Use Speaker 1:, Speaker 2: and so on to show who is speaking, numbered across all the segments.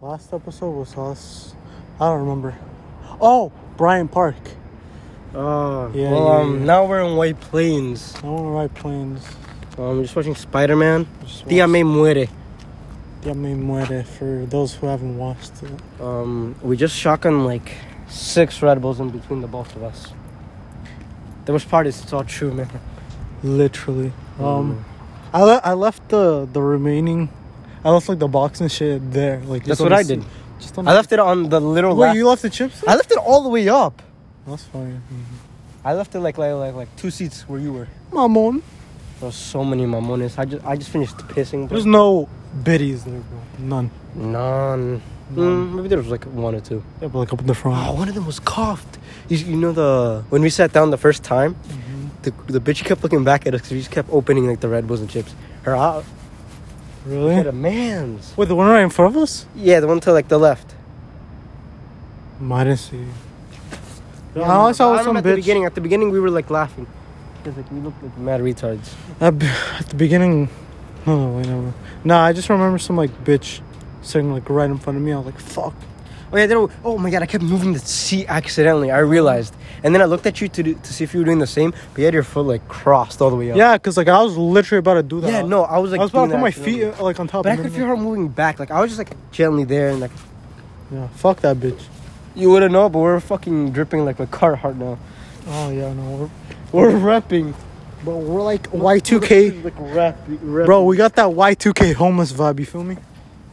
Speaker 1: Last episode was us. I don't remember. Oh, Bryant Park.
Speaker 2: Oh,
Speaker 1: Yeah,
Speaker 2: well,
Speaker 1: yeah,
Speaker 2: um,
Speaker 1: yeah.
Speaker 2: now we're in White Plains.
Speaker 1: I want to ride planes.
Speaker 2: Um, we're just watching Spider Man.
Speaker 1: Just
Speaker 2: Dia
Speaker 1: watch-
Speaker 2: me muere.
Speaker 1: Dia me muere for those who haven't watched it.
Speaker 2: Um, we just shotgun like six Red Bulls in between the both of us. There was parties. It's all true, man.
Speaker 1: Literally.
Speaker 2: Mm.
Speaker 1: Um, I, le- I left the the remaining. I left like the box and shit there. Like
Speaker 2: That's
Speaker 1: just
Speaker 2: what
Speaker 1: on
Speaker 2: I
Speaker 1: the
Speaker 2: did.
Speaker 1: seat. Just on
Speaker 2: Um, I
Speaker 1: the-
Speaker 2: left it on the little.
Speaker 1: Wait,
Speaker 2: left-
Speaker 1: you left the chips? there?
Speaker 2: I left it all the way up.
Speaker 1: That's funny.
Speaker 2: I left it like like like, like two seats where you were.
Speaker 1: Mamon.
Speaker 2: There was so many mamones. I just I just finished pissing.
Speaker 1: There's
Speaker 2: But
Speaker 1: no biddies there, bro. None.
Speaker 2: none. Mm, maybe there was like one or two.
Speaker 1: Yeah, but like up in the front.
Speaker 2: Oh, one of them was coughed. You, you know the when we sat down the first time, the,
Speaker 1: Mm-hmm.
Speaker 2: the bitch kept looking back at us because we just kept opening like the Red Bulls and chips. Her eye had
Speaker 1: Really?
Speaker 2: a man's.
Speaker 1: Wait, the one right in front of us?
Speaker 2: Yeah, the one to like the left.
Speaker 1: Mm, I didn't see. all I saw was
Speaker 2: remember
Speaker 1: some
Speaker 2: at the
Speaker 1: bitch.
Speaker 2: beginning. At the beginning, we were like laughing because like we looked like mad retards.
Speaker 1: At, b- at the beginning, no, no, wait, never. Nah, I just remember some like bitch sitting like right in front of me. I was like, fuck.
Speaker 2: Oh yeah, there were, oh my god, I kept moving the seat accidentally. I realized, and then I looked at you to do, to see if you were doing the same, but you had your foot like crossed all the way up.
Speaker 1: Yeah, cause like I was literally about to do that.
Speaker 2: Yeah, no, I was like.
Speaker 1: I was about to
Speaker 2: doing
Speaker 1: put my
Speaker 2: that accidentally.
Speaker 1: feet uh, like on top.
Speaker 2: But I
Speaker 1: of
Speaker 2: could feel her moving back. Like I was just like gently there, and like
Speaker 1: Yeah, fuck that bitch.
Speaker 2: you wouldn't know, but we're fucking dripping like with Carhartt now.
Speaker 1: Oh yeah, no,
Speaker 2: We're repping.
Speaker 1: bro, we're like Y two K,
Speaker 2: Like rapping,
Speaker 1: bro. We got that Y two K homeless vibe. You feel me?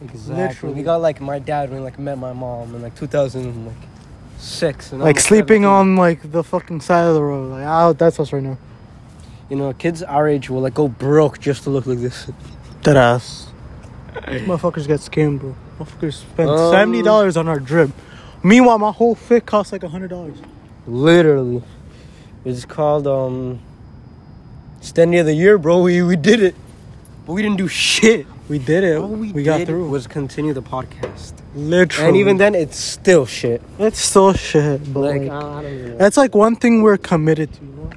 Speaker 2: Exactly.
Speaker 1: Literally.
Speaker 2: We got like my dad when like met my mom in like 2006. And I'm,
Speaker 1: Like sleeping
Speaker 2: 17.
Speaker 1: on like the fucking side of the road. Like, oh, that's us right now.
Speaker 2: You know, kids our age will like go broke just to look like this.
Speaker 1: That ass. Motherfuckers got scammed, bro. Motherfuckers spent
Speaker 2: Um,
Speaker 1: seventy dollars on our drip. Meanwhile, my whole fit cost like hundred dollars.
Speaker 2: Literally. It's called um Stand of the Year, bro. We we did it. But we didn't do shit.
Speaker 1: We did it.
Speaker 2: All
Speaker 1: we got through.
Speaker 2: was continue the podcast.
Speaker 1: Literally.
Speaker 2: And even then it's still shit.
Speaker 1: it's still shit. But
Speaker 2: Like,
Speaker 1: like,
Speaker 2: I don't even know.
Speaker 1: that's like one thing we're committed to. You know?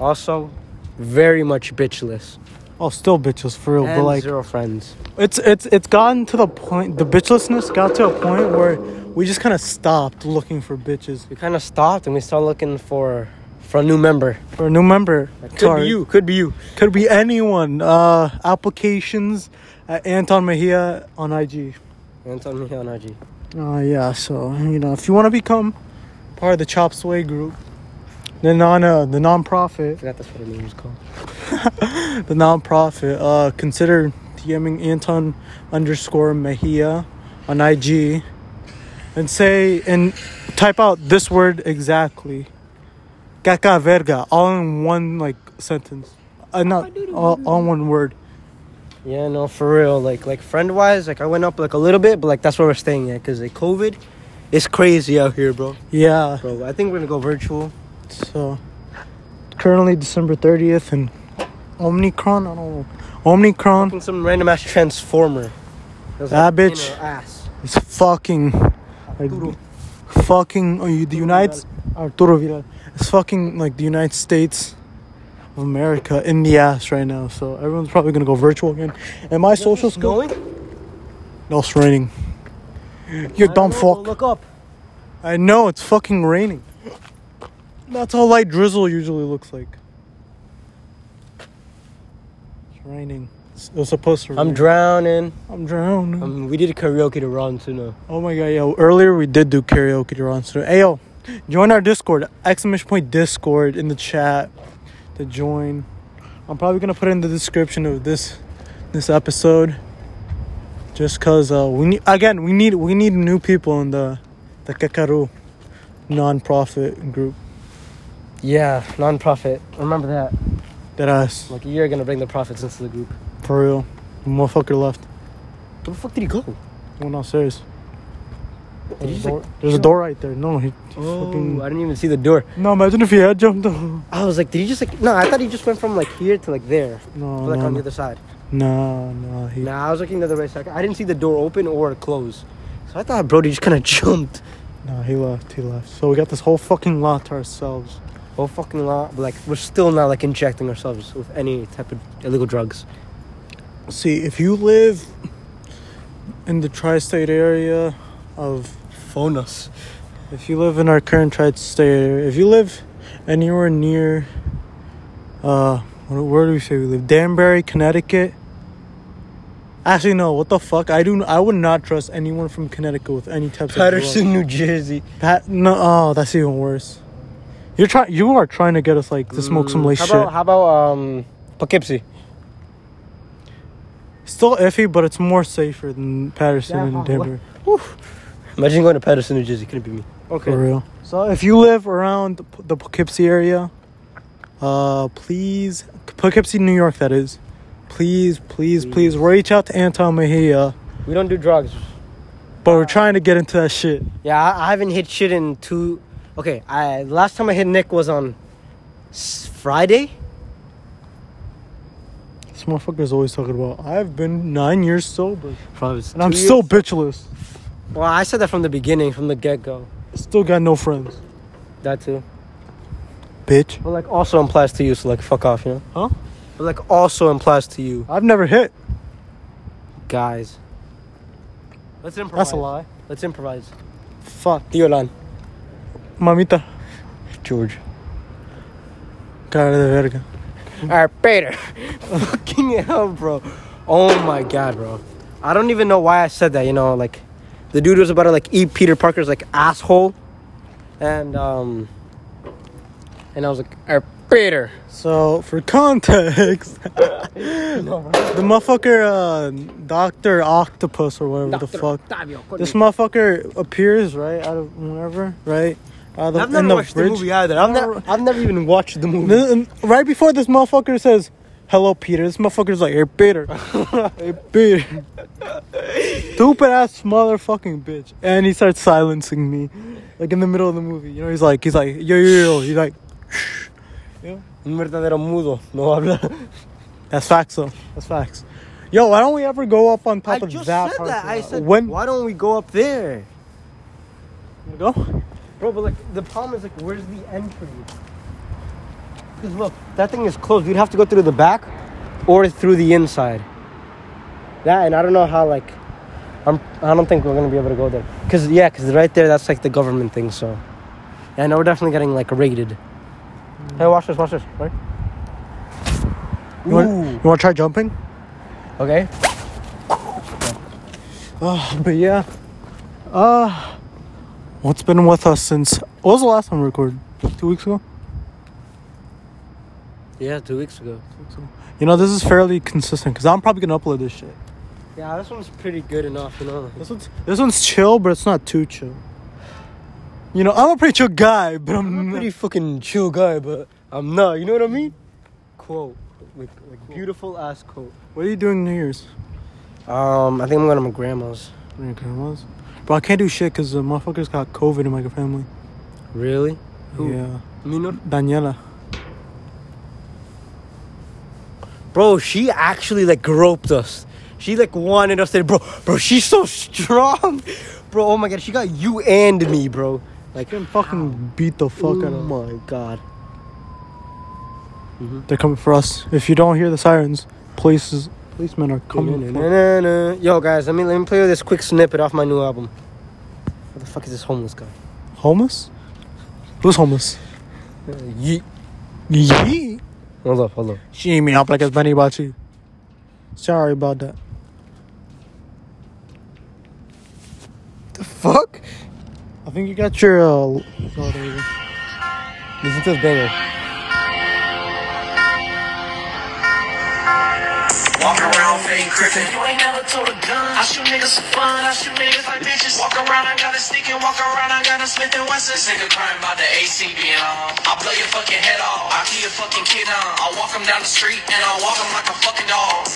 Speaker 2: Also, very much bitchless.
Speaker 1: Oh, still bitches for real. but
Speaker 2: And
Speaker 1: like,
Speaker 2: zero friends.
Speaker 1: it's it's it's gotten to the point. The bitchlessness got to a point where we just kind of stopped looking for bitches
Speaker 2: We kind of stopped and we started looking for for a new member.
Speaker 1: for a new member.
Speaker 2: Could
Speaker 1: Sorry.
Speaker 2: be you. Could be you.
Speaker 1: Could be anyone. Uh, applications at Anton Mejia on IG.
Speaker 2: Anton Mihanaji.
Speaker 1: Uh, yeah, so you know, if you want to become part of the Chop Sway group, the non uh, the nonprofit,
Speaker 2: Forgot that's what the name was called.
Speaker 1: the nonprofit, uh, consider DMing Anton underscore Mejia on IG, and say and type out this word exactly, caca verga, all in one like sentence, uh, not all, all in one word.
Speaker 2: Yeah, no, for real. Like, like friend wise, like I went up like a little bit, but like that's where we're staying at because like COVID, it's crazy out here, bro.
Speaker 1: Yeah.
Speaker 2: Bro, I think we're gonna go virtual.
Speaker 1: So currently December thirtieth and Omnicron. I don't know. Omnicron.
Speaker 2: Fucking Some random ass transformer. That, was,
Speaker 1: That
Speaker 2: like, in
Speaker 1: bitch.
Speaker 2: her Ass.
Speaker 1: It's fucking like
Speaker 2: Arturo.
Speaker 1: fucking uh, the United Arturo Vidal. It's fucking like the United States of America in the ass right now. So everyone's probably gonna go virtual again. And my social
Speaker 2: Social's
Speaker 1: skill
Speaker 2: going.
Speaker 1: No, it's raining. You dumb fuck.
Speaker 2: Look up.
Speaker 1: I know it's fucking raining. That's how light drizzle usually looks like. It's raining. It's- It was supposed to. Rain.
Speaker 2: I'm drowning.
Speaker 1: I'm drowning.
Speaker 2: Um, we did karaoke to Ron Tuna.
Speaker 1: Oh my god, yo. Earlier we did do karaoke to Ron Stewart. Hey, yo, join our Discord. Exclamation point Discord in the chat to join. I'm probably going to put it in the description of this this episode. Just because uh, we need, again, we need we need new people in the the Kakaru nonprofit group.
Speaker 2: Yeah, non-profit. Remember that.
Speaker 1: That ass,
Speaker 2: Like you're gonna bring the profits into the group.
Speaker 1: for real. Motherfucker left.
Speaker 2: Where the fuck did he go?
Speaker 1: Went upstairs.
Speaker 2: Did he
Speaker 1: There's a,
Speaker 2: just,
Speaker 1: door,
Speaker 2: like,
Speaker 1: there's a
Speaker 2: jump?
Speaker 1: door right there. No, he, he
Speaker 2: Oh,
Speaker 1: fucking.
Speaker 2: I didn't even see the door.
Speaker 1: No, imagine if he had jumped. No,
Speaker 2: I was like, did he just like? No, I thought he just went from like here to like there,
Speaker 1: no,
Speaker 2: like on the
Speaker 1: no,
Speaker 2: other side.
Speaker 1: no, no. He,
Speaker 2: Nah, I was looking the other way. So I c- I didn't see the door open or close. So I thought Brody just kind of jumped.
Speaker 1: No, he left. He left. So we got this whole fucking lot to ourselves.
Speaker 2: Whole Oh, fucking lot. But like, we're still not like injecting ourselves with any type of illegal drugs.
Speaker 1: See, if you live in the tri-state area of
Speaker 2: Phone us.
Speaker 1: if you live in our current tri-state area, if you live anywhere near uh where, where do we say we live? Danbury, Connecticut. Actually no, what the fuck? I do I would not trust anyone from Connecticut with any types of
Speaker 2: Patterson, New Jersey.
Speaker 1: drugs. Pat no oh, that's even worse. You're trying you are trying to get us like to smoke some
Speaker 2: Mm,
Speaker 1: like
Speaker 2: how
Speaker 1: shit.
Speaker 2: About, how about um Poughkeepsie?
Speaker 1: Still iffy, but it's more safer than Patterson
Speaker 2: Yeah,
Speaker 1: and
Speaker 2: what-
Speaker 1: Denver.
Speaker 2: Imagine going to Patterson, New Jersey. Couldn't be me.
Speaker 1: For real. So if you live around the P- the Poughkeepsie area, uh, please Poughkeepsie, New York, that is. Please, please, please
Speaker 2: Please.
Speaker 1: reach out to Anton Mejia.
Speaker 2: We don't do drugs.
Speaker 1: But
Speaker 2: Ah.
Speaker 1: we're trying to get into that shit.
Speaker 2: Yeah, I, I haven't hit shit in two. Okay, I last time I hit Nick was on s- Friday.
Speaker 1: This motherfucker's always talking about. I've been nine years sober,
Speaker 2: Probably.
Speaker 1: and I'm still bitchless.
Speaker 2: Well, I said that from the beginning, from the get go.
Speaker 1: Still got no friends,
Speaker 2: That too.
Speaker 1: bitch.
Speaker 2: But like also implies to you, so like fuck off, you know.
Speaker 1: Huh?
Speaker 2: But like also implies to you,
Speaker 1: I've never hit.
Speaker 2: guys. Let's improvise.
Speaker 1: That's a lie.
Speaker 2: Let's improvise.
Speaker 1: Fuck,
Speaker 2: Diolan.
Speaker 1: mamita.
Speaker 2: George.
Speaker 1: Cara de verga.
Speaker 2: All right, Peter. Fucking hell, bro. Oh my god, bro. I don't even know why I said that. You know, like the dude was about to like eat Peter Parker's like asshole, and um, and I was like, all right, Peter.
Speaker 1: So for context, the motherfucker, uh, Doctor Octopus or whatever the fuck. This motherfucker appears right out of whenever, right? Out of
Speaker 2: I've never watched the movie either. I've,
Speaker 1: Never-
Speaker 2: never, I've never even watched the movie.
Speaker 1: This- and right before this motherfucker says, "Hello, Peter." This motherfucker's like, "Hey, Peter, hey, Peter." Stupid ass motherfucking bitch. And he starts silencing me, like in the middle of the movie. You know, he's like, he's like, yo, yo, yo. He's like,
Speaker 2: Un verdadero mudo no habla.
Speaker 1: that's facts though. That's facts. Yo, why don't we ever go up on top of that part? when
Speaker 2: why don't we go up there?
Speaker 1: go?
Speaker 2: Bro, but like the problem is like, where's the entry? Because look, that thing is closed. We'd have to go through the back or through the inside. That and I don't know how like, I'm. I don't think we're gonna be able to go there. Cause yeah, cause right there, that's like the government thing. So, yeah, no, we're definitely getting like raided. Hey, watch this, watch this. Right?
Speaker 1: You want, you want to try jumping?
Speaker 2: Okay.
Speaker 1: Uh, but yeah. Uh, what's been with us since? What was the last time we recorded? Two weeks ago.
Speaker 2: Yeah, two weeks ago.
Speaker 1: You know, this is fairly consistent because I'm probably gonna upload this shit.
Speaker 2: Yeah, this one's pretty good enough, you know.
Speaker 1: This one's this one's chill, but it's not too chill. You know, I'm a pretty chill guy, but I'm,
Speaker 2: I'm a
Speaker 1: not-
Speaker 2: pretty fucking chill guy, but I'm not. You know what I mean? Quote, like, like beautiful ass quote.
Speaker 1: What are you doing New Year's?
Speaker 2: Um, I think I'm going to my grandma's.
Speaker 1: Your grandma's. Bro, I can't do shit because the motherfuckers got COVID in my family.
Speaker 2: Really? Who?
Speaker 1: Yeah,
Speaker 2: Minor?
Speaker 1: Daniela.
Speaker 2: Bro, she actually like groped us. She like wanted us to, bro. Bro, she's so strong, bro. Oh my god, she got you and me, bro. Like,
Speaker 1: Can fucking beat the fuck out
Speaker 2: oh
Speaker 1: of.
Speaker 2: my god.
Speaker 1: They're coming for us. If you don't hear the sirens, police policemen are coming. for-
Speaker 2: Na-na-na. Yo, guys, let me let me play you this quick snippet off my new album. What the fuck is this homeless guy?
Speaker 1: Homeless? Who's homeless?
Speaker 2: Uh, Yeet.
Speaker 1: Yee.
Speaker 2: Hold up, hold up.
Speaker 1: She ain't me up like it's Benny Bachi. Sorry about that.
Speaker 2: The fuck?
Speaker 1: I think you got your. Uh, l- oh, there you go.
Speaker 2: Listen to this banger.
Speaker 3: Walk around fake gripping. You ain't never told a gun. I shoot niggas for fun. I shoot niggas like bitches. Walk around, I got a sneak and walk around, I got a Smith and Wesson. This nigga crying about the AC being on. I blow your fucking head off. I kill your fucking kid on. I walk him down the street and I walk him like a fucking dog.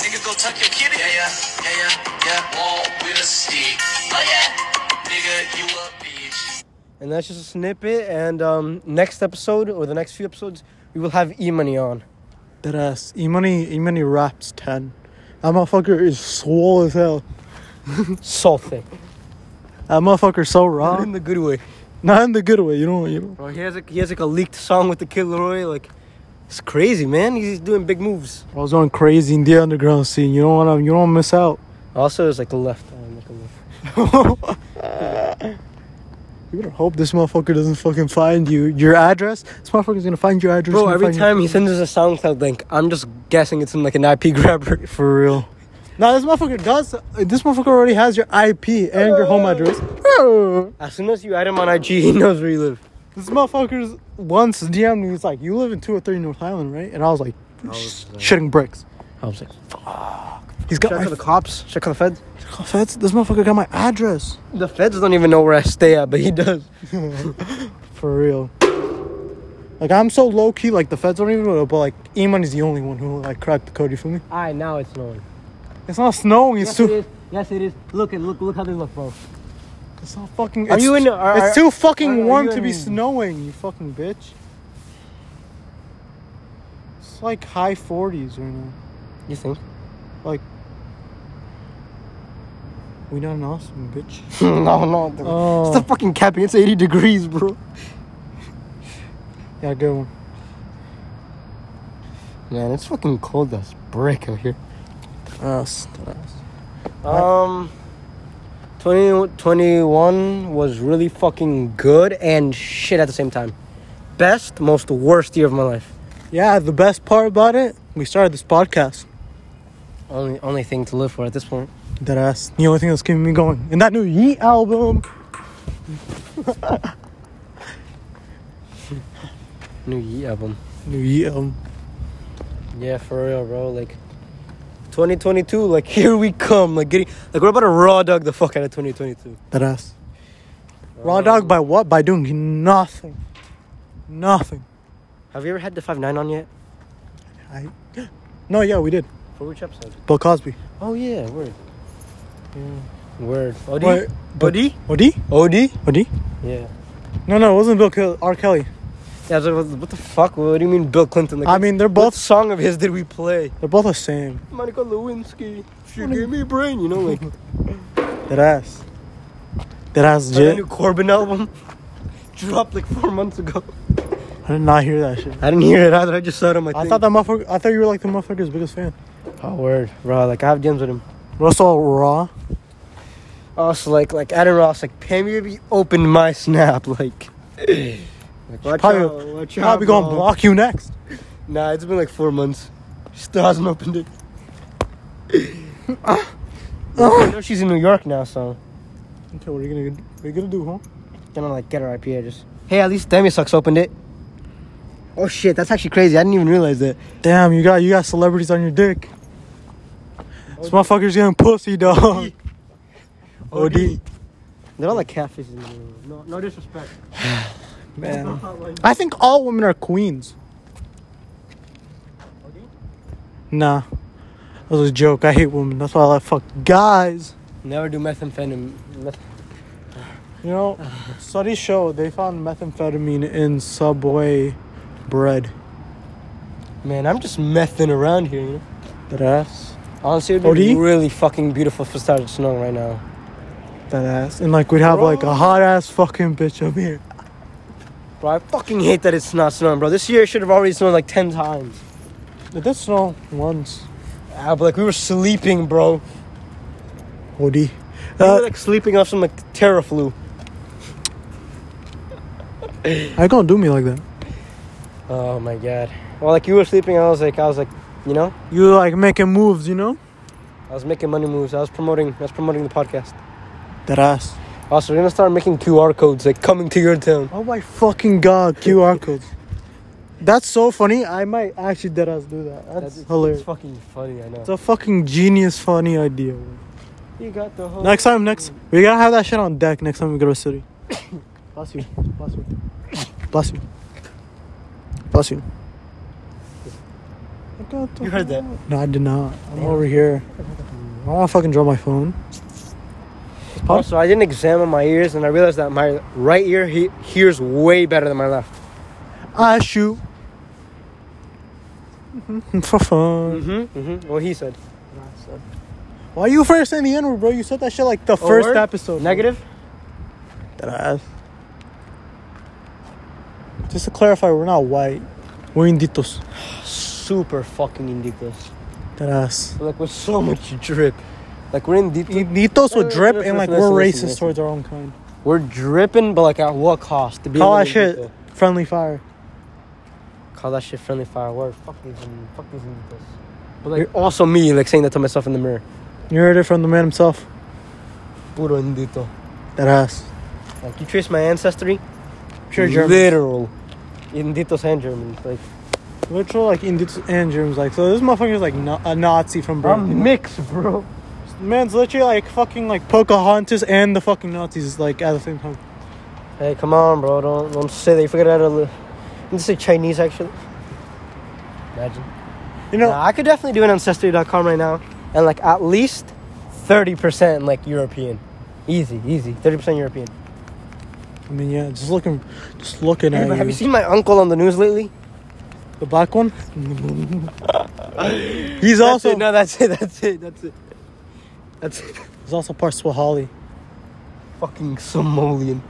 Speaker 3: Nigga, go tuck your kid in. Yeah, yeah, yeah, yeah, yeah. Walk with a stick. Oh yeah, nigga, you a bitch.
Speaker 2: And that's just a snippet. And um, next episode or the next few episodes, we will have E-Money on.
Speaker 1: That ass. Imani, Imani raps 10. That motherfucker is swole as hell.
Speaker 2: Salt thing.
Speaker 1: That motherfucker's so
Speaker 2: in
Speaker 1: raw.
Speaker 2: the good way.
Speaker 1: Not in the good way, you know. You know.
Speaker 2: Bro, he has like he has like a leaked song with the Kid Leroy, like It's crazy, man. He's doing big moves.
Speaker 1: I was going crazy in the underground scene. You don't want to. You don't wanna miss out.
Speaker 2: Also, it's like a left arm, like a left.
Speaker 1: You better hope this motherfucker doesn't fucking find you your address. This motherfucker's gonna find your address.
Speaker 2: Bro,
Speaker 1: gonna
Speaker 2: every
Speaker 1: find
Speaker 2: time he sends us a SoundCloud link, I'm just guessing it's in like an IP grabber.
Speaker 1: your- for real. Now this motherfucker does. This motherfucker already has your IP and your home address. Bro.
Speaker 2: As soon as you add him on IG, he knows where you live.
Speaker 1: This motherfucker's once DM'd me. He's like, "You live in 203 North Island, right?" And I was like,
Speaker 2: was like-
Speaker 1: shitting bricks.
Speaker 2: I was like,
Speaker 1: He's got
Speaker 2: check
Speaker 1: my
Speaker 2: for the cops, check for the feds.
Speaker 1: f- feds. This motherfucker got my address.
Speaker 2: The feds don't even know where I stay at, but he does.
Speaker 1: For real. Like I'm so low key. Like the feds don't even know. But like Iman is the only one who like cracked the code. You feel me?
Speaker 2: Alright, now it's snowing.
Speaker 1: It's not snowing. It's too.
Speaker 2: Yes, it is. Look at look look how they look, bro.
Speaker 1: It's not fucking.
Speaker 2: Are
Speaker 1: it's,
Speaker 2: you in- are-
Speaker 1: it's
Speaker 2: are-
Speaker 1: too
Speaker 2: are-
Speaker 1: fucking
Speaker 2: are
Speaker 1: warm
Speaker 2: you
Speaker 1: to be
Speaker 2: in-
Speaker 1: snowing. You fucking bitch. It's like high 40s right now.
Speaker 2: You think?
Speaker 1: Like. We not in Austin, bitch.
Speaker 2: no, no. dude.
Speaker 1: Oh.
Speaker 2: It's the fucking capping. It's 80 degrees, bro.
Speaker 1: Yeah, good one.
Speaker 2: Man, it's fucking cold as brick out here. Ah,
Speaker 1: Us.
Speaker 2: Um, 2021 was really fucking good and shit at the same time. Best, most worst year of my life.
Speaker 1: Yeah, the best part about it, we started this podcast.
Speaker 2: Only, only thing to live for at this point.
Speaker 1: That ass. The only thing that's keeping me going. And that new Yeet album.
Speaker 2: New Year album.
Speaker 1: New Yeet album.
Speaker 2: Yeah, for real, bro. Like, 2022. Like, here we come. Like, getting like we're about to raw dog the fuck out of 2022.
Speaker 1: That ass.
Speaker 2: Oh.
Speaker 1: Raw dog by what? By doing nothing. Nothing.
Speaker 2: Have you ever had the five nine on yet?
Speaker 1: I. No, yeah, we did.
Speaker 2: For which episode?
Speaker 1: Bill Cosby.
Speaker 2: Oh yeah, word. Yeah. Word. Od.
Speaker 1: Wait, but-
Speaker 2: Od.
Speaker 1: OD?
Speaker 2: Od.
Speaker 1: OD?
Speaker 2: Yeah.
Speaker 1: No, no, it wasn't Bill Kel- R. Kelly.
Speaker 2: Yeah, I was like, what, what the fuck? What do you mean, Bill Clinton? Like,
Speaker 1: I mean, they're
Speaker 2: what
Speaker 1: both
Speaker 2: song of his did we play?
Speaker 1: they're both the same.
Speaker 2: Monica Lewinsky, she gave me brain. You know, like
Speaker 1: That ass. That ass,
Speaker 2: the
Speaker 1: legit.
Speaker 2: new Corbin album dropped like four months ago.
Speaker 1: I did not hear that shit.
Speaker 2: I didn't hear it either. I just saw it on my.
Speaker 1: I thought that motherfucker. I thought you were like the motherfucker's biggest fan.
Speaker 2: Oh word, bro! Like I have DMs with him.
Speaker 1: Russell Raw.
Speaker 2: Also, like like Adam Ross, like Pam, you be open my snap, like. like watch
Speaker 1: Probably,
Speaker 2: out, watch out,
Speaker 1: probably gonna
Speaker 2: bro.
Speaker 1: block you next.
Speaker 2: Nah, it's been like four months. She still hasn't opened it. I know she's in New York now, so
Speaker 1: Okay, what are you gonna what are you gonna do, huh?
Speaker 2: Then I like get her IP address. Hey, at least Demi Sucks opened it. Oh shit, that's actually crazy. I didn't even realize that.
Speaker 1: Damn, you got you got celebrities on your dick. This motherfucker's getting pussy, dog. OD.
Speaker 2: They're all like catfishes in the world. No, no disrespect.
Speaker 1: Man. I think all women are queens. Nah. That was a joke. I hate women. That's why I like fuck guys.
Speaker 2: Never do methamphetamine. Meth-
Speaker 1: You know, studies show they found methamphetamine in Subway bread.
Speaker 2: Man, I'm just mething around here. You know? uh,
Speaker 1: That ass.
Speaker 2: Honestly, it would be
Speaker 1: OD?
Speaker 2: really fucking beautiful if it started snowing right now.
Speaker 1: That ass. And like we'd have like a hot ass fucking bitch up here.
Speaker 2: Bro, I fucking hate that it's not snowing, bro. This year it should have already snowed like ten times.
Speaker 1: It did snow once.
Speaker 2: Ah, but like we were sleeping, bro.
Speaker 1: OD.
Speaker 2: We
Speaker 1: Uh,
Speaker 2: were like sleeping off some like terraflu.
Speaker 1: how you gonna do me like that?
Speaker 2: Oh my god. Well, like you were sleeping, I was like, I was like, you know,
Speaker 1: You like making moves, you know?
Speaker 2: I was making money moves. I was promoting. I was promoting the podcast.
Speaker 1: That ass.
Speaker 2: Also, we're gonna start making QR codes like coming to your town.
Speaker 1: Oh my fucking god, QR codes. That's so funny. I might actually dead ass do that. That's, hilarious.
Speaker 2: It's fucking funny. I know.
Speaker 1: it's a fucking genius, funny idea.
Speaker 2: you got the whole.
Speaker 1: Next time, next we gotta have that shit on deck. Next time we go to the city. Bless you. Bless you. Bless you. Bless you. I got the
Speaker 2: You heard that?
Speaker 1: phone. No, I did not. I'm over here. I don't fucking draw my phone.
Speaker 2: Also, I didn't examine my ears, and I realized that my right ear he- hears way better than my left.
Speaker 1: I Ah, shoot. For fun.
Speaker 2: Mm-hmm. Mm-hmm. What he said.
Speaker 1: Why you first in the N-word, bro? You said that shit like the
Speaker 2: Oh,
Speaker 1: first
Speaker 2: word?
Speaker 1: episode. bro.
Speaker 2: Negative.
Speaker 1: Just to clarify, we're not white. We're inditos.
Speaker 2: Super fucking inditos.
Speaker 1: That ass.
Speaker 2: Like with so much drip. Like we're inditos.
Speaker 1: Inditos
Speaker 2: Listen,
Speaker 1: would drip
Speaker 2: listen,
Speaker 1: and like
Speaker 2: listen,
Speaker 1: we're
Speaker 2: listen,
Speaker 1: racist
Speaker 2: listen.
Speaker 1: towards our own kind.
Speaker 2: We're dripping, but like at what cost? To be
Speaker 1: Call
Speaker 2: an
Speaker 1: that shit
Speaker 2: indito.
Speaker 1: friendly fire.
Speaker 2: Call that shit friendly fire. We're fuck these, in- fuck these inditos. But like also me, like saying that to myself in the mirror.
Speaker 1: You heard it from the man himself.
Speaker 2: Puro indito.
Speaker 1: That ass.
Speaker 2: Like you trace my ancestry.
Speaker 1: Sure, German.
Speaker 2: Literal. Inditos and Germans. Like
Speaker 1: Literal like inditos and germs. Like so, this motherfucker is like na- a Nazi from Britain.
Speaker 2: mixed, bro.
Speaker 1: Man's literally like fucking like Pocahontas and the fucking Nazis like at the same time.
Speaker 2: Hey, come on, bro. Don't don't say that. You forgot how to. li- You say Chinese actually. Imagine.
Speaker 1: You know,
Speaker 2: Nah, I could definitely do an ancestry.com right now, and like at least thirty percent like European. Easy, easy. Thirty percent European.
Speaker 1: I mean, yeah, just looking, just looking
Speaker 2: Hey,
Speaker 1: at
Speaker 2: bro,
Speaker 1: you.
Speaker 2: have you seen my uncle on the news lately?
Speaker 1: the black one? he's
Speaker 2: That's
Speaker 1: also
Speaker 2: it. no. That's it. That's it. That's it. That's it.
Speaker 1: he's also part Swahili.
Speaker 2: Fucking Somalian.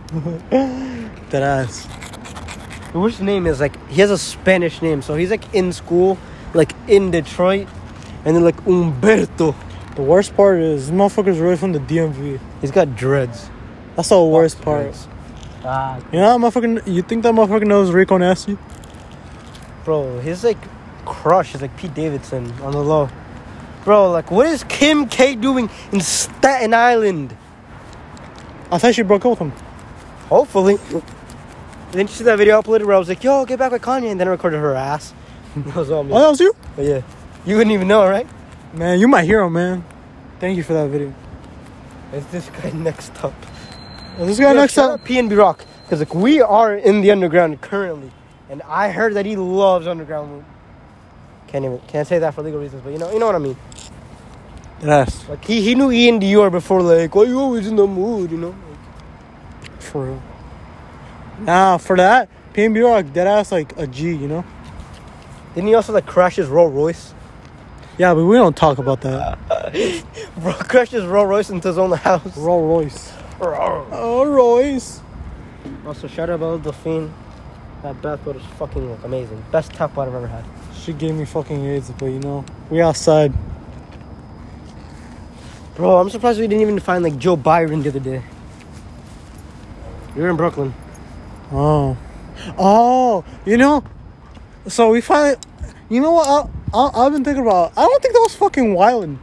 Speaker 1: That ass.
Speaker 2: The worst name is like he has a Spanish name, so he's like in school, like in Detroit, and then like Umberto.
Speaker 1: The worst part is this motherfucker's really from the DMV.
Speaker 2: He's got dreads.
Speaker 1: That's the worst
Speaker 2: Fuck
Speaker 1: part.
Speaker 2: dreads. Ah,
Speaker 1: You know, that motherfucker. You think that motherfucker knows Rico Nasty?
Speaker 2: Bro, his like crush is like Pete Davidson on the low. Bro, like what is Kim K doing in Staten Island?
Speaker 1: I thought she broke up with him.
Speaker 2: Hopefully. And then she see that video uploaded where I was like, yo, get back with Kanye and then I recorded her ass. That was all me.
Speaker 1: Oh, that was you?
Speaker 2: But yeah. You wouldn't even know, right?
Speaker 1: Man, you my hero, man. Thank you for that video.
Speaker 2: Is this guy next up?
Speaker 1: Is this guy
Speaker 2: Yo,
Speaker 1: next
Speaker 2: shout
Speaker 1: up?
Speaker 2: out PNB Rock. Because like we are in the underground currently. And I heard that he loves underground. Can't even can't say that for legal reasons, but you know you know what I mean.
Speaker 1: That ass.
Speaker 2: Like he, he knew Ian Dior before like, oh you always in the mood, you know?
Speaker 1: For real. Nah, for that, PNB Rock, that ass like a G, you know?
Speaker 2: Didn't he also like crash his Rolls Royce?
Speaker 1: Yeah, but we don't talk about that.
Speaker 2: Bro, crashed his Rolls Royce into his own house.
Speaker 1: Rolls Royce. Oh, Royce.
Speaker 2: Also, shout out about Delphine. That bathwater is fucking amazing. Best tap water I've ever had.
Speaker 1: She gave me fucking AIDS, but you know, we outside.
Speaker 2: Bro, I'm surprised we didn't even find like Joe Byron the other day. You're in Brooklyn.
Speaker 1: Oh, oh, you know, so we finally, you know what? I, I I've been thinking about. I don't think that was fucking Wyland.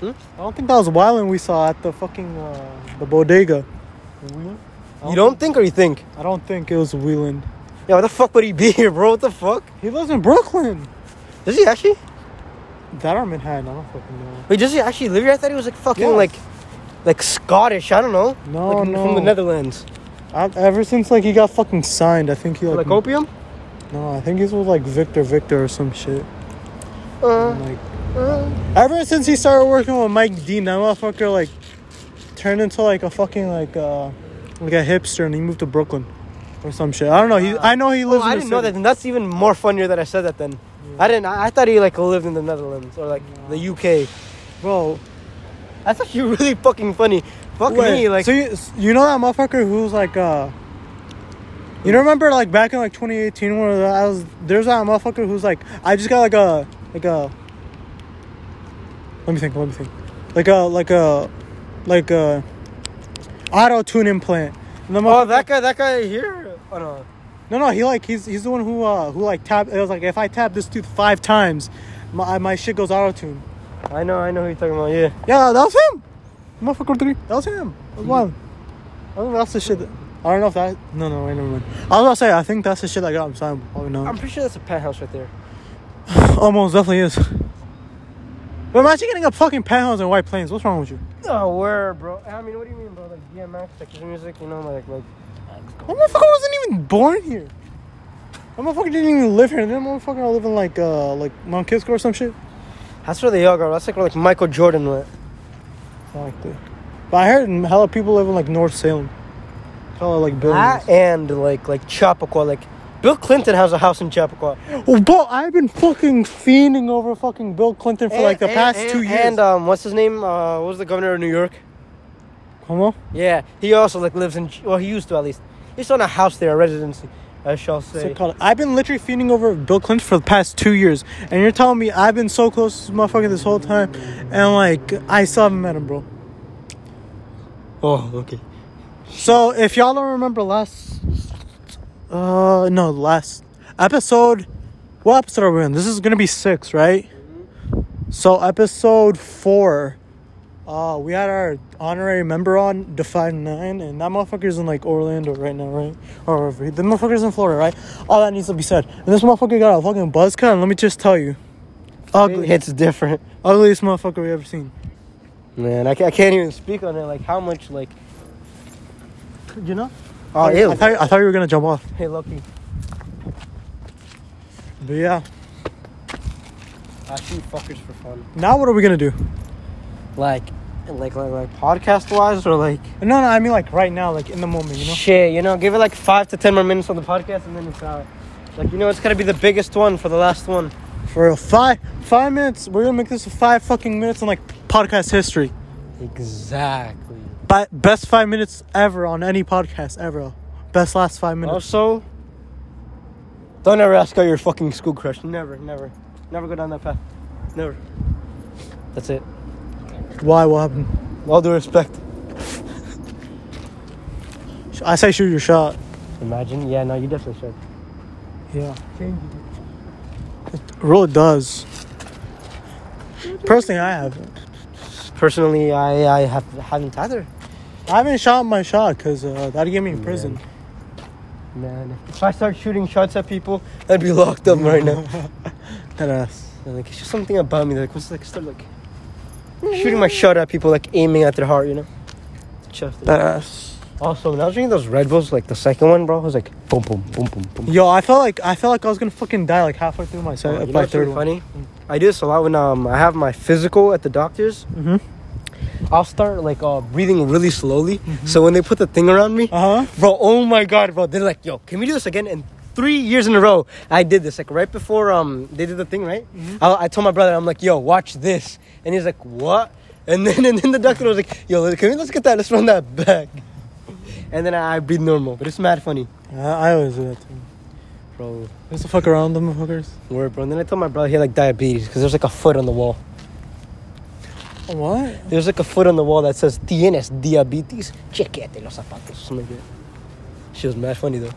Speaker 2: Hmm?
Speaker 1: I don't think that was Wyland we saw at the fucking uh, the bodega.
Speaker 2: You don't think or you think?
Speaker 1: I don't think it was Wheeland.
Speaker 2: Yeah, why the fuck would he be here, bro? What the fuck?
Speaker 1: He lives in Brooklyn.
Speaker 2: Does he actually?
Speaker 1: That or Manhattan? I don't fucking know.
Speaker 2: Wait, does he actually live here? I thought he was like fucking
Speaker 1: Yes.
Speaker 2: like, like Scottish. I don't know.
Speaker 1: No,
Speaker 2: like,
Speaker 1: no.
Speaker 2: From the Netherlands.
Speaker 1: I, ever since like he got fucking signed, I think he like,
Speaker 2: Like opium?
Speaker 1: no, I think he's with like Victor Victor or some shit.
Speaker 2: Uh,
Speaker 1: And, like ever since he started working with Mike Dean, that motherfucker like turned into like a fucking like uh like a hipster, and he moved to Brooklyn or some shit. I don't know. He I know he
Speaker 2: Oh,
Speaker 1: lives. in
Speaker 2: I
Speaker 1: the
Speaker 2: didn't know
Speaker 1: city.
Speaker 2: that. Then that's even more funnier that I said that. Then I didn't. I, I thought he like lived in the Netherlands or like the UK.
Speaker 1: bro.
Speaker 2: That's actually really fucking funny. Fuck me,
Speaker 1: Wait,
Speaker 2: like
Speaker 1: so you, you know that motherfucker who's like uh. You remember like back in like 2018 when I was there's that motherfucker who's like I just got like a like a. Let me think. Let me think. Like a like a like a auto tune implant. And the
Speaker 2: oh
Speaker 1: motherfucker-
Speaker 2: that guy, that guy here. Oh no,
Speaker 1: No, no, he like he's he's the one who uh who like tap. It was like if I tap this tooth five times, my my shit goes auto tune.
Speaker 2: I know, I know who you're talking about. Yeah,
Speaker 1: Yeah, that was him. Motherfucker three. That was him. That was wild. I think that's the shit. That, I don't know if that. No, no, wait, never mind. I was about to say I think that's the shit that got him signed. Probably
Speaker 2: I'm
Speaker 1: not.
Speaker 2: pretty sure that's a penthouse right there.
Speaker 1: Almost definitely is. But imagine getting a fucking penthouse in White Plains. What's wrong with you?
Speaker 2: Oh, where, bro? I mean, what do you mean, bro? Like DMX, like his music, you know, like like.
Speaker 1: That motherfucker wasn't even born here. That motherfucker didn't even live here. And then motherfucker I live in like uh like Mount Kisco or some shit.
Speaker 2: That's where they all go. That's like where like Michael Jordan went.
Speaker 1: Exactly. But I heard hella people live in like North Salem. Hella like buildings.
Speaker 2: That and like like Chappaqua, like Bill Clinton has a house in Chappaqua.
Speaker 1: Oh, bro, I've been fucking fiending over fucking Bill Clinton for like the
Speaker 2: And-
Speaker 1: past
Speaker 2: and-
Speaker 1: two years.
Speaker 2: And um, what's his name? Uh, what was the governor of New York?
Speaker 1: Come on.
Speaker 2: Yeah, he also like lives in. Well, he used to at least. He used to own a house there, a residency. I shall
Speaker 1: So
Speaker 2: say.
Speaker 1: call it. I've been literally feeding over Bill Clinton for the past two years, and you're telling me I've been so close to this motherfucker this whole time, and like I still haven't met him, bro.
Speaker 2: Oh, okay.
Speaker 1: So if y'all don't remember last, uh, no, last episode, what episode are we on? This is gonna be six, right? So episode four, uh, we had our honorary member on Define Nine, and that motherfucker's in like Orlando right now, right? Or wherever. the motherfucker's in Florida, right? All that needs to be said. And this motherfucker got a fucking buzz cut. And let me just tell you, ugly,
Speaker 2: It's different.
Speaker 1: ugliest motherfucker we ever seen.
Speaker 2: Man, I, ca- I can't even speak on it. Like, how much, like.
Speaker 1: You know?
Speaker 2: Oh,
Speaker 1: I, I thought I thought you were gonna jump off,
Speaker 2: Hey, Loki.
Speaker 1: but yeah.
Speaker 2: I shoot fuckers for fun.
Speaker 1: Now what are we gonna do?
Speaker 2: Like, like, like, like podcast wise or like.
Speaker 1: No, no, I mean like right now, like in the moment, you know.
Speaker 2: Shit, you know, give it like five to ten more minutes on the podcast and then it's out. Like, you know, it's gotta be the biggest one for the last one.
Speaker 1: For real, five five minutes. We're gonna make this five fucking minutes in like podcast history.
Speaker 2: Exactly.
Speaker 1: But best five minutes ever on any podcast ever. Best last five minutes.
Speaker 2: Also, don't ever ask out your fucking school crush. Never, never. Never go down that path. Never. That's it.
Speaker 1: Why? What happened?
Speaker 2: All due respect.
Speaker 1: Sh- I say shoot your shot.
Speaker 2: Imagine? Yeah, no, you definitely should.
Speaker 1: Yeah. It really does. Personally, I haven't.
Speaker 2: Personally, I, I have, haven't either.
Speaker 1: I haven't shot my shot because uh, that'd get me in prison.
Speaker 2: Man, if I start shooting shots at people, I'd be locked up right now.
Speaker 1: That ass.
Speaker 2: And, like, it's just something about me. Like, once like, start like shooting my shot at people, like aiming at their heart, you know? Chest.
Speaker 1: That ass.
Speaker 2: Also, when I was drinking those Red Bulls, like the second one, bro, I was like boom, boom, boom, boom, boom.
Speaker 1: Yo, I felt like I felt like I was gonna fucking die like halfway through my, se-
Speaker 2: Oh, you know
Speaker 1: my
Speaker 2: what's really
Speaker 1: third one.
Speaker 2: funny? I do this a lot when um I have my physical at the doctor's.
Speaker 1: Mhm.
Speaker 2: I'll start like uh, breathing really slowly. So when they put the thing around me,
Speaker 1: Uh huh.
Speaker 2: bro, oh my god, bro, they're like, yo, can we do this again? And three years in a row, I did this. Like right before um they did the thing, right? I, I told my brother, I'm like, yo, watch this, and he's like, what? And then and then the doctor was like, yo, can we let's get that, let's run that back. And then I, I breathe normal, but it's mad funny,
Speaker 1: I, uh, I always do that. Too.
Speaker 2: bro.
Speaker 1: Just to fuck around them fuckers.
Speaker 2: Word, bro. And then I told my brother he had like diabetes because there's like a foot on the wall.
Speaker 1: What?
Speaker 2: There's like a foot on the wall that says "Tienes diabetes." Chequete los zapatos. I'm like, yeah. She was mad funny though.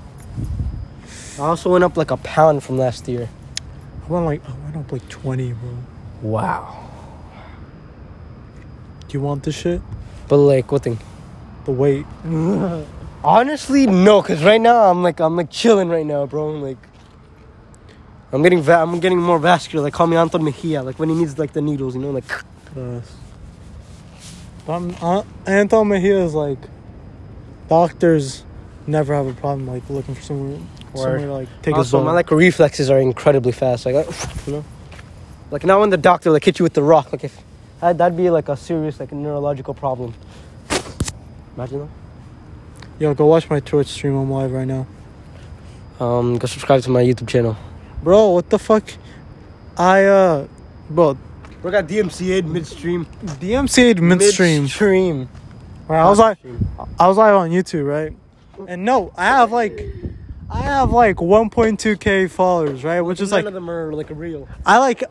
Speaker 2: I also went up like a pound from last year.
Speaker 1: I went like I went up like twenty, bro.
Speaker 2: Wow.
Speaker 1: Do you want this shit?
Speaker 2: But like, what thing?
Speaker 1: The weight.
Speaker 2: Honestly, no. Cause right now I'm like I'm like chilling right now, bro. I'm like, I'm getting va- I'm getting more vascular. Like call me Anton Mejia. Like when he needs like the needles, you know, like.
Speaker 1: Yes. But I'm, uh, Anton Mejia is like, doctors never have a problem like looking for somewhere, somewhere to, like take a
Speaker 2: Also,
Speaker 1: blood.
Speaker 2: my like reflexes are incredibly fast. Like, I- you know, like now when the doctor like hit you with the rock, like if that, that'd be like a serious like neurological problem. Imagine
Speaker 1: Yo, go watch my Twitch stream. I'm live right now,
Speaker 2: that. Um, go subscribe to my YouTube channel.
Speaker 1: bro. What the fuck? I uh, bro,
Speaker 2: We got DMCA midstream.
Speaker 1: DMCA'd midstream.
Speaker 2: Midstream.
Speaker 1: Right, I was like, I was live on YouTube, right? And no, I have like, I have like 1.2k followers, right? Which is
Speaker 2: none
Speaker 1: like
Speaker 2: of them are like real.
Speaker 1: I like.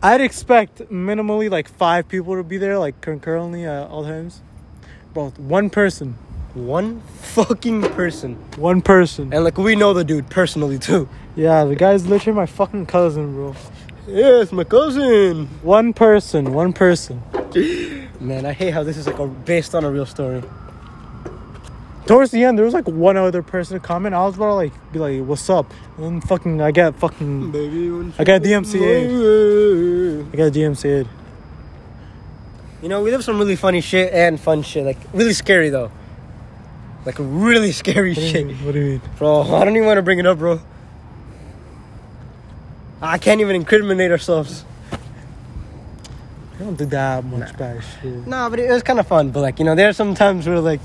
Speaker 1: I'd expect minimally like five people to be there, like concurrently at all times. Bro, one person,
Speaker 2: One fucking person,
Speaker 1: one person.
Speaker 2: and like we know the dude personally too.
Speaker 1: Yeah, the guy's literally my fucking cousin, bro.
Speaker 2: Yeah, it's my cousin.
Speaker 1: One person, one person.
Speaker 2: Man, I hate how this is like a, based on a real story.
Speaker 1: Towards the end, there was like one other person to comment. I was about to like be like, "What's up?" And then fucking, I got fucking,
Speaker 2: Baby,
Speaker 1: I got DMCA. I got DMCA'd.
Speaker 2: You know, we live some really funny shit and fun shit. Like, really scary though. Like, really scary
Speaker 1: What do you
Speaker 2: shit.
Speaker 1: mean? What do you mean?
Speaker 2: Bro, I don't even want to bring it up, bro. I can't even incriminate ourselves.
Speaker 1: I don't do that much bad shit.
Speaker 2: Nah, but it was kind of fun. But, like, you know, there are some times where, like,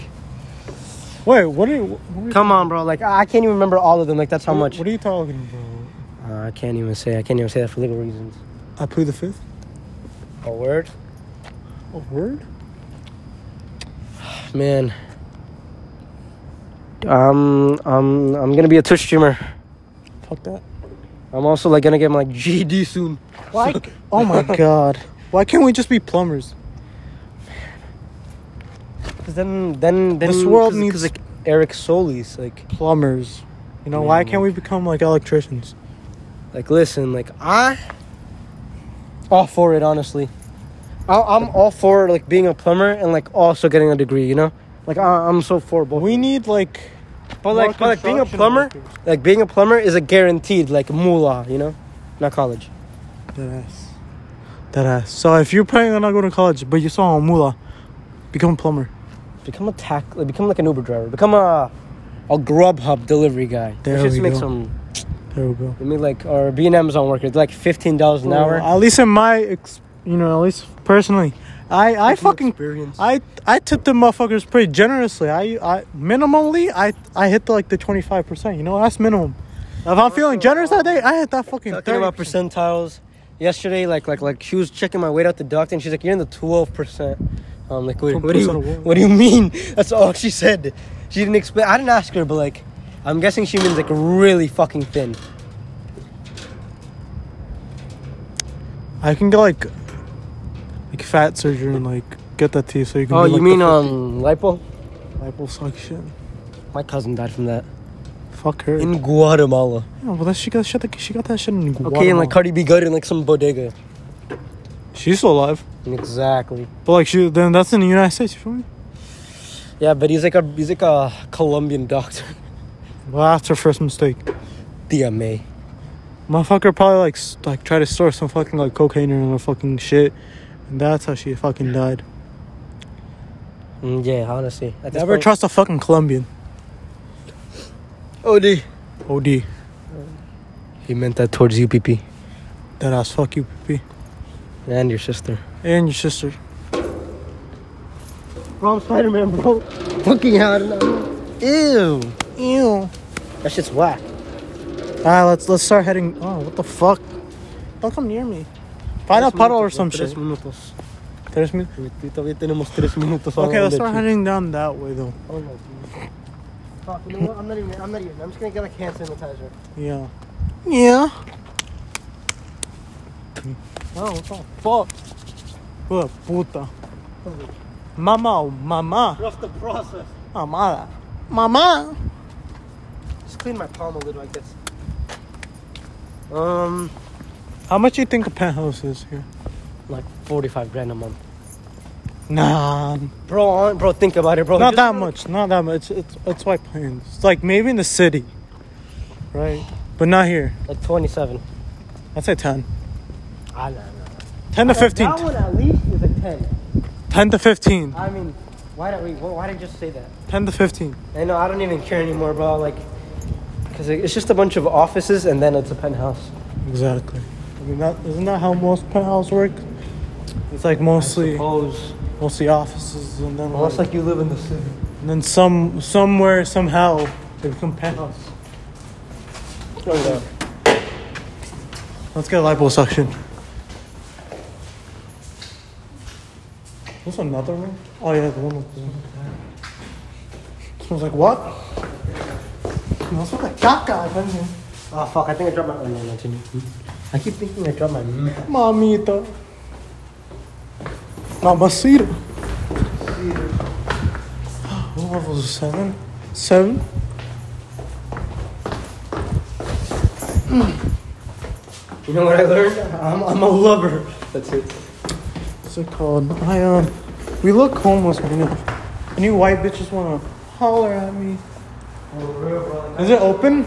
Speaker 1: Wait, what are you? What are you
Speaker 2: come on, bro. Like, I can't even remember all of them. Like, that's how much.
Speaker 1: What are you talking about?
Speaker 2: Uh, I can't even say. I can't even say that for legal reasons.
Speaker 1: I plead the fifth.
Speaker 2: A word?
Speaker 1: A word?
Speaker 2: Man. Um, um, I'm gonna be a Twitch streamer.
Speaker 1: Fuck that.
Speaker 2: I'm also like gonna get my GED soon.
Speaker 1: Why? oh my god. Why can't we just be plumbers?
Speaker 2: Cause then, then, then
Speaker 1: This world
Speaker 2: 'cause-
Speaker 1: needs-
Speaker 2: 'cause, like Eric Solis. Like,
Speaker 1: Plumbers. You know,
Speaker 2: Yeah,
Speaker 1: why
Speaker 2: like-
Speaker 1: can't we become like electricians?
Speaker 2: like listen, like I, all for it. Honestly, I, I'm all for like being a plumber and like also getting a degree. You know, like I, I'm so for both.
Speaker 1: We need like.
Speaker 2: But like, but
Speaker 1: more
Speaker 2: like being a
Speaker 1: construction
Speaker 2: plumber,
Speaker 1: workers.
Speaker 2: like being a plumber is a guaranteed like moolah, you know, not college.
Speaker 1: That ass. That ass. So if you're planning on not going to college, but you saw a mullah, become a plumber.
Speaker 2: Become a tack, like, become like an Uber driver. Become a a Grubhub delivery guy.
Speaker 1: There
Speaker 2: we should
Speaker 1: we
Speaker 2: make
Speaker 1: go.
Speaker 2: some.
Speaker 1: There we go.
Speaker 2: I mean, like or be an Amazon worker, like fifteen dollars an hour.
Speaker 1: At least in my, ex- you know, at least personally, I I fucking
Speaker 2: experience.
Speaker 1: I I tipped them motherfuckers pretty generously. I I minimally I I hit the, like the twenty five percent. You know that's minimum. If I'm feeling generous that day, I hit that fucking
Speaker 2: Talking
Speaker 1: thirty
Speaker 2: about percentiles. Yesterday, like like like she was checking my weight out the doctor, and she's like, "You're in the twelve percent." I'm like, wait, what do you
Speaker 1: 12% of what?
Speaker 2: what do you mean? That's all she said. She didn't explain. I didn't ask her, but like, I'm guessing she means like really fucking thin.
Speaker 1: I can get like like fat surgery and like get that teeth so you can.
Speaker 2: Oh,
Speaker 1: do,
Speaker 2: you
Speaker 1: like,
Speaker 2: mean
Speaker 1: the
Speaker 2: um lipo?
Speaker 1: liposuction?
Speaker 2: My cousin died from that
Speaker 1: Fuck her.
Speaker 2: in Guatemala.
Speaker 1: Yeah, well, that she got shit. That, she got that shit in Guatemala.
Speaker 2: Okay, and like Cardi B got it in like some bodega.
Speaker 1: she's still alive,
Speaker 2: Exactly.
Speaker 1: but like she then that's in the United States. You feel me?
Speaker 2: Yeah, but he's like a he's like a Colombian doctor.
Speaker 1: Well, that's her first mistake.
Speaker 2: DMA.
Speaker 1: Motherfucker probably like s- like tried to store some fucking like cocaine in her fucking shit, and that's how she fucking died.
Speaker 2: Mm, yeah, honestly. At this
Speaker 1: Never
Speaker 2: point-
Speaker 1: trust a fucking Colombian.
Speaker 2: OD.
Speaker 1: OD.
Speaker 2: He meant that towards you, PP,
Speaker 1: That ass. Fuck you, PP.
Speaker 2: and your sister.
Speaker 1: And your sister.
Speaker 2: Bro, I'm Spider Man, bro. Fucking hell. I don't know. Ew.
Speaker 1: Ew.
Speaker 2: That shit's whack.
Speaker 1: Alright, let's let's start heading. Oh, what the fuck? Don't come near me. Find a puddle or some shit.
Speaker 2: minutos.
Speaker 1: There's me.
Speaker 2: Todavía tenemos tres minutos.
Speaker 1: Okay, let's start heading down that way though.
Speaker 2: Oh no, dude. Fuck, you know what? I'm not even. I'm not even. I'm just gonna get like hand sanitizer.
Speaker 1: Yeah. Yeah.
Speaker 2: Oh, what the fuck?
Speaker 1: Pua Oh, puta. Mama, mama,
Speaker 2: Trust the process.
Speaker 1: mamada. Mama.
Speaker 2: Just clean my palm a little, I guess. Um,
Speaker 1: How much do you think a penthouse is here?
Speaker 2: like 45 grand a month.
Speaker 1: Nah,
Speaker 2: Bro, on, bro, think about it, bro.
Speaker 1: not
Speaker 2: Just
Speaker 1: that
Speaker 2: for, like,
Speaker 1: much. Not that much. It's it's white plains. It's like maybe in the city, right? But not here.
Speaker 2: Like 27.
Speaker 1: I'd say ten.
Speaker 2: I don't know.
Speaker 1: Ten to fifteen.
Speaker 2: That one at least is like 10.
Speaker 1: Ten to fifteen.
Speaker 2: I mean, why don't we? Why did I just say that?
Speaker 1: Ten to fifteen.
Speaker 2: I know I don't even care anymore, bro. Like, cause it- it's just a bunch of offices and then it's a penthouse.
Speaker 1: Exactly. I mean, that, isn't that how most penthouse work? It's like mostly
Speaker 2: Suppose
Speaker 1: mostly offices, and then
Speaker 2: unless
Speaker 1: like,
Speaker 2: like you live in the city.
Speaker 1: and then some somewhere somehow they become penthouse.
Speaker 2: Oh, yeah.
Speaker 1: Let's get a liposuction. There's another one? Oh yeah, the one with the smells like what? smells like caca, doesn't it?
Speaker 2: Oh fuck! I think I dropped my. Oh no, no, continue. I keep thinking I dropped my. ma-
Speaker 1: Mamita. Mamacita. What level is it? Seven? Seven?
Speaker 2: You know what I learned? I'm, I'm a lover. That's it.
Speaker 1: What's it called? I um, we look homeless right now. Any white bitches wanna holler at me? Is it open?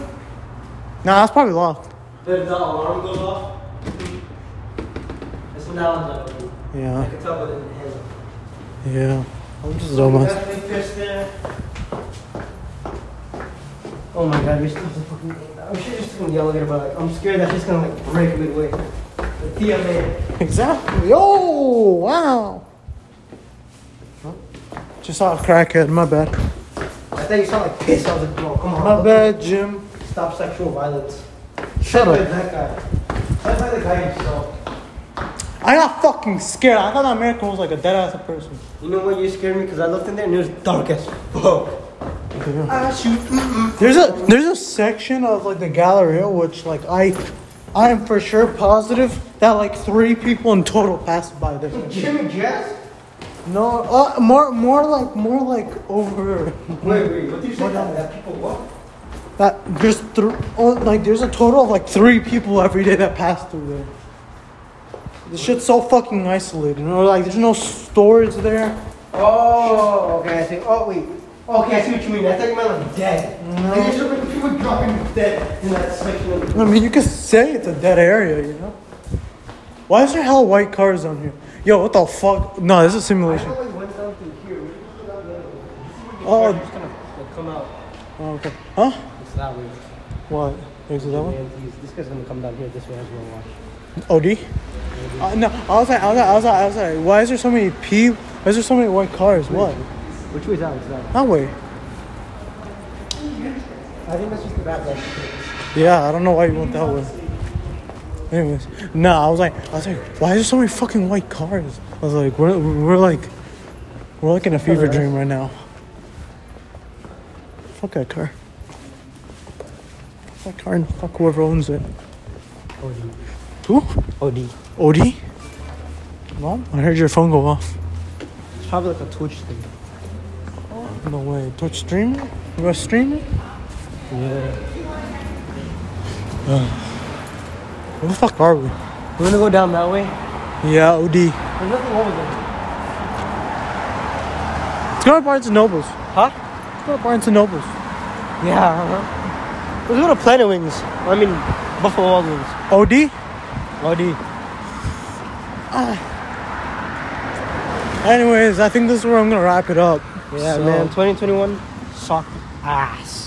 Speaker 1: Nah, it's probably locked.
Speaker 2: Did the alarm goes off? It's an alarm. I
Speaker 1: Yeah,
Speaker 2: can tell by the handle.
Speaker 1: yeah. I'm just a dumbass.
Speaker 2: Definitely pissed there. Oh my god, you're still fucking. I'm sure you're still in the elevator, but like, I'm scared that she's gonna like break midway. The TMA.
Speaker 1: Exactly. Oh, wow. Just saw a crackhead. My bad.
Speaker 2: I thought you saw like piss. I was like, bro, come
Speaker 1: My
Speaker 2: on.
Speaker 1: bad, Jim.
Speaker 2: Stop sexual violence.
Speaker 1: Shut
Speaker 2: Look at
Speaker 1: up.
Speaker 2: that guy. That's like the guy himself.
Speaker 1: I got fucking scared. I thought that American was like a dead ass person.
Speaker 2: You know what? You scared me because I looked in there and it was dark as fuck.
Speaker 1: Ah, There's a there's a section of like the Galleria which like I I am for sure positive that like three people in total passed by there.
Speaker 2: Jimmy Jazz?
Speaker 1: No, uh, more more like more like over
Speaker 2: Wait, wait, what did you say? That, that people what?
Speaker 1: that there's thr oh, like there's a total of like three people every day that pass through there. This shit's so fucking isolated. You know, like there's no stores there.
Speaker 2: Oh, okay, I see. Oh, wait. Okay, I see what you mean. I thought you meant like dead. Like, there's so many people dropping dead in that section. of-
Speaker 1: I mean, you could say it's a dead area, you know. Why is there hell white cars on here? Yo, what the fuck? No, this is a
Speaker 2: I
Speaker 1: simulation.
Speaker 2: thought we went down through here. We just go down the other way. This is
Speaker 1: Oh.
Speaker 2: where the cars just kind of like, come out.
Speaker 1: Oh, okay. Huh?
Speaker 2: It's that way.
Speaker 1: What? Is it that one?
Speaker 2: And he's- This guy's gonna come down here this way as well. Watch.
Speaker 1: OD? Uh, no, I was like, I was like, I was like, I was like, why is there so many people? Why is there so many white cars? What?
Speaker 2: Which way is that? Is that?
Speaker 1: That way.
Speaker 2: I think that's just the bad guy.
Speaker 1: Yeah, I don't know why you went that way. Anyways, no, I was like, I was like, why is there so many fucking white cars? I was like, we're, we're like, we're like in a fever dream right now. Fuck that car. Fuck that car and fuck whoever owns it.
Speaker 2: OD.
Speaker 1: Who?
Speaker 2: OD.
Speaker 1: OD? Mom? I heard your phone go off.
Speaker 2: It's probably like a Twitch thing.
Speaker 1: No way. Twitch streamer? You guys streaming?
Speaker 2: Yeah.
Speaker 1: Where the fuck are we?
Speaker 2: We're gonna go down that way.
Speaker 1: Yeah, OD.
Speaker 2: There's nothing over there.
Speaker 1: Let's go to Barnes and Nobles.
Speaker 2: Huh?
Speaker 1: Let's go to Barnes and Nobles.
Speaker 2: Yeah. Uh-huh. Let's go to Planet Wings. I mean, Buffalo Wild Wings.
Speaker 1: OD?
Speaker 2: OD.
Speaker 1: Ah. Anyways, I think this is where I'm gonna wrap it up.
Speaker 2: Yeah,
Speaker 1: So-
Speaker 2: man. 2021 sucked ass.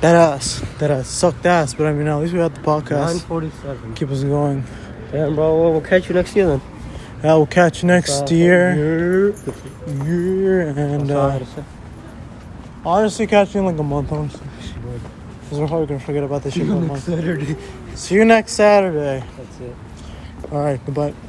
Speaker 1: That ass, that ass sucked ass, but I mean, at least we had the podcast.
Speaker 2: 947.
Speaker 1: Keep us going.
Speaker 2: Yeah, bro. We'll, we'll catch you next year then.
Speaker 1: Yeah, we'll catch you next
Speaker 2: Uh,
Speaker 1: year.
Speaker 2: year.
Speaker 1: Year and uh,
Speaker 2: Sorry to say.
Speaker 1: honestly, catch you in like a month, honestly. Because we're probably gonna forget about this shit in a month.
Speaker 2: Saturday.
Speaker 1: See you next Saturday.
Speaker 2: That's it.
Speaker 1: All right, goodbye.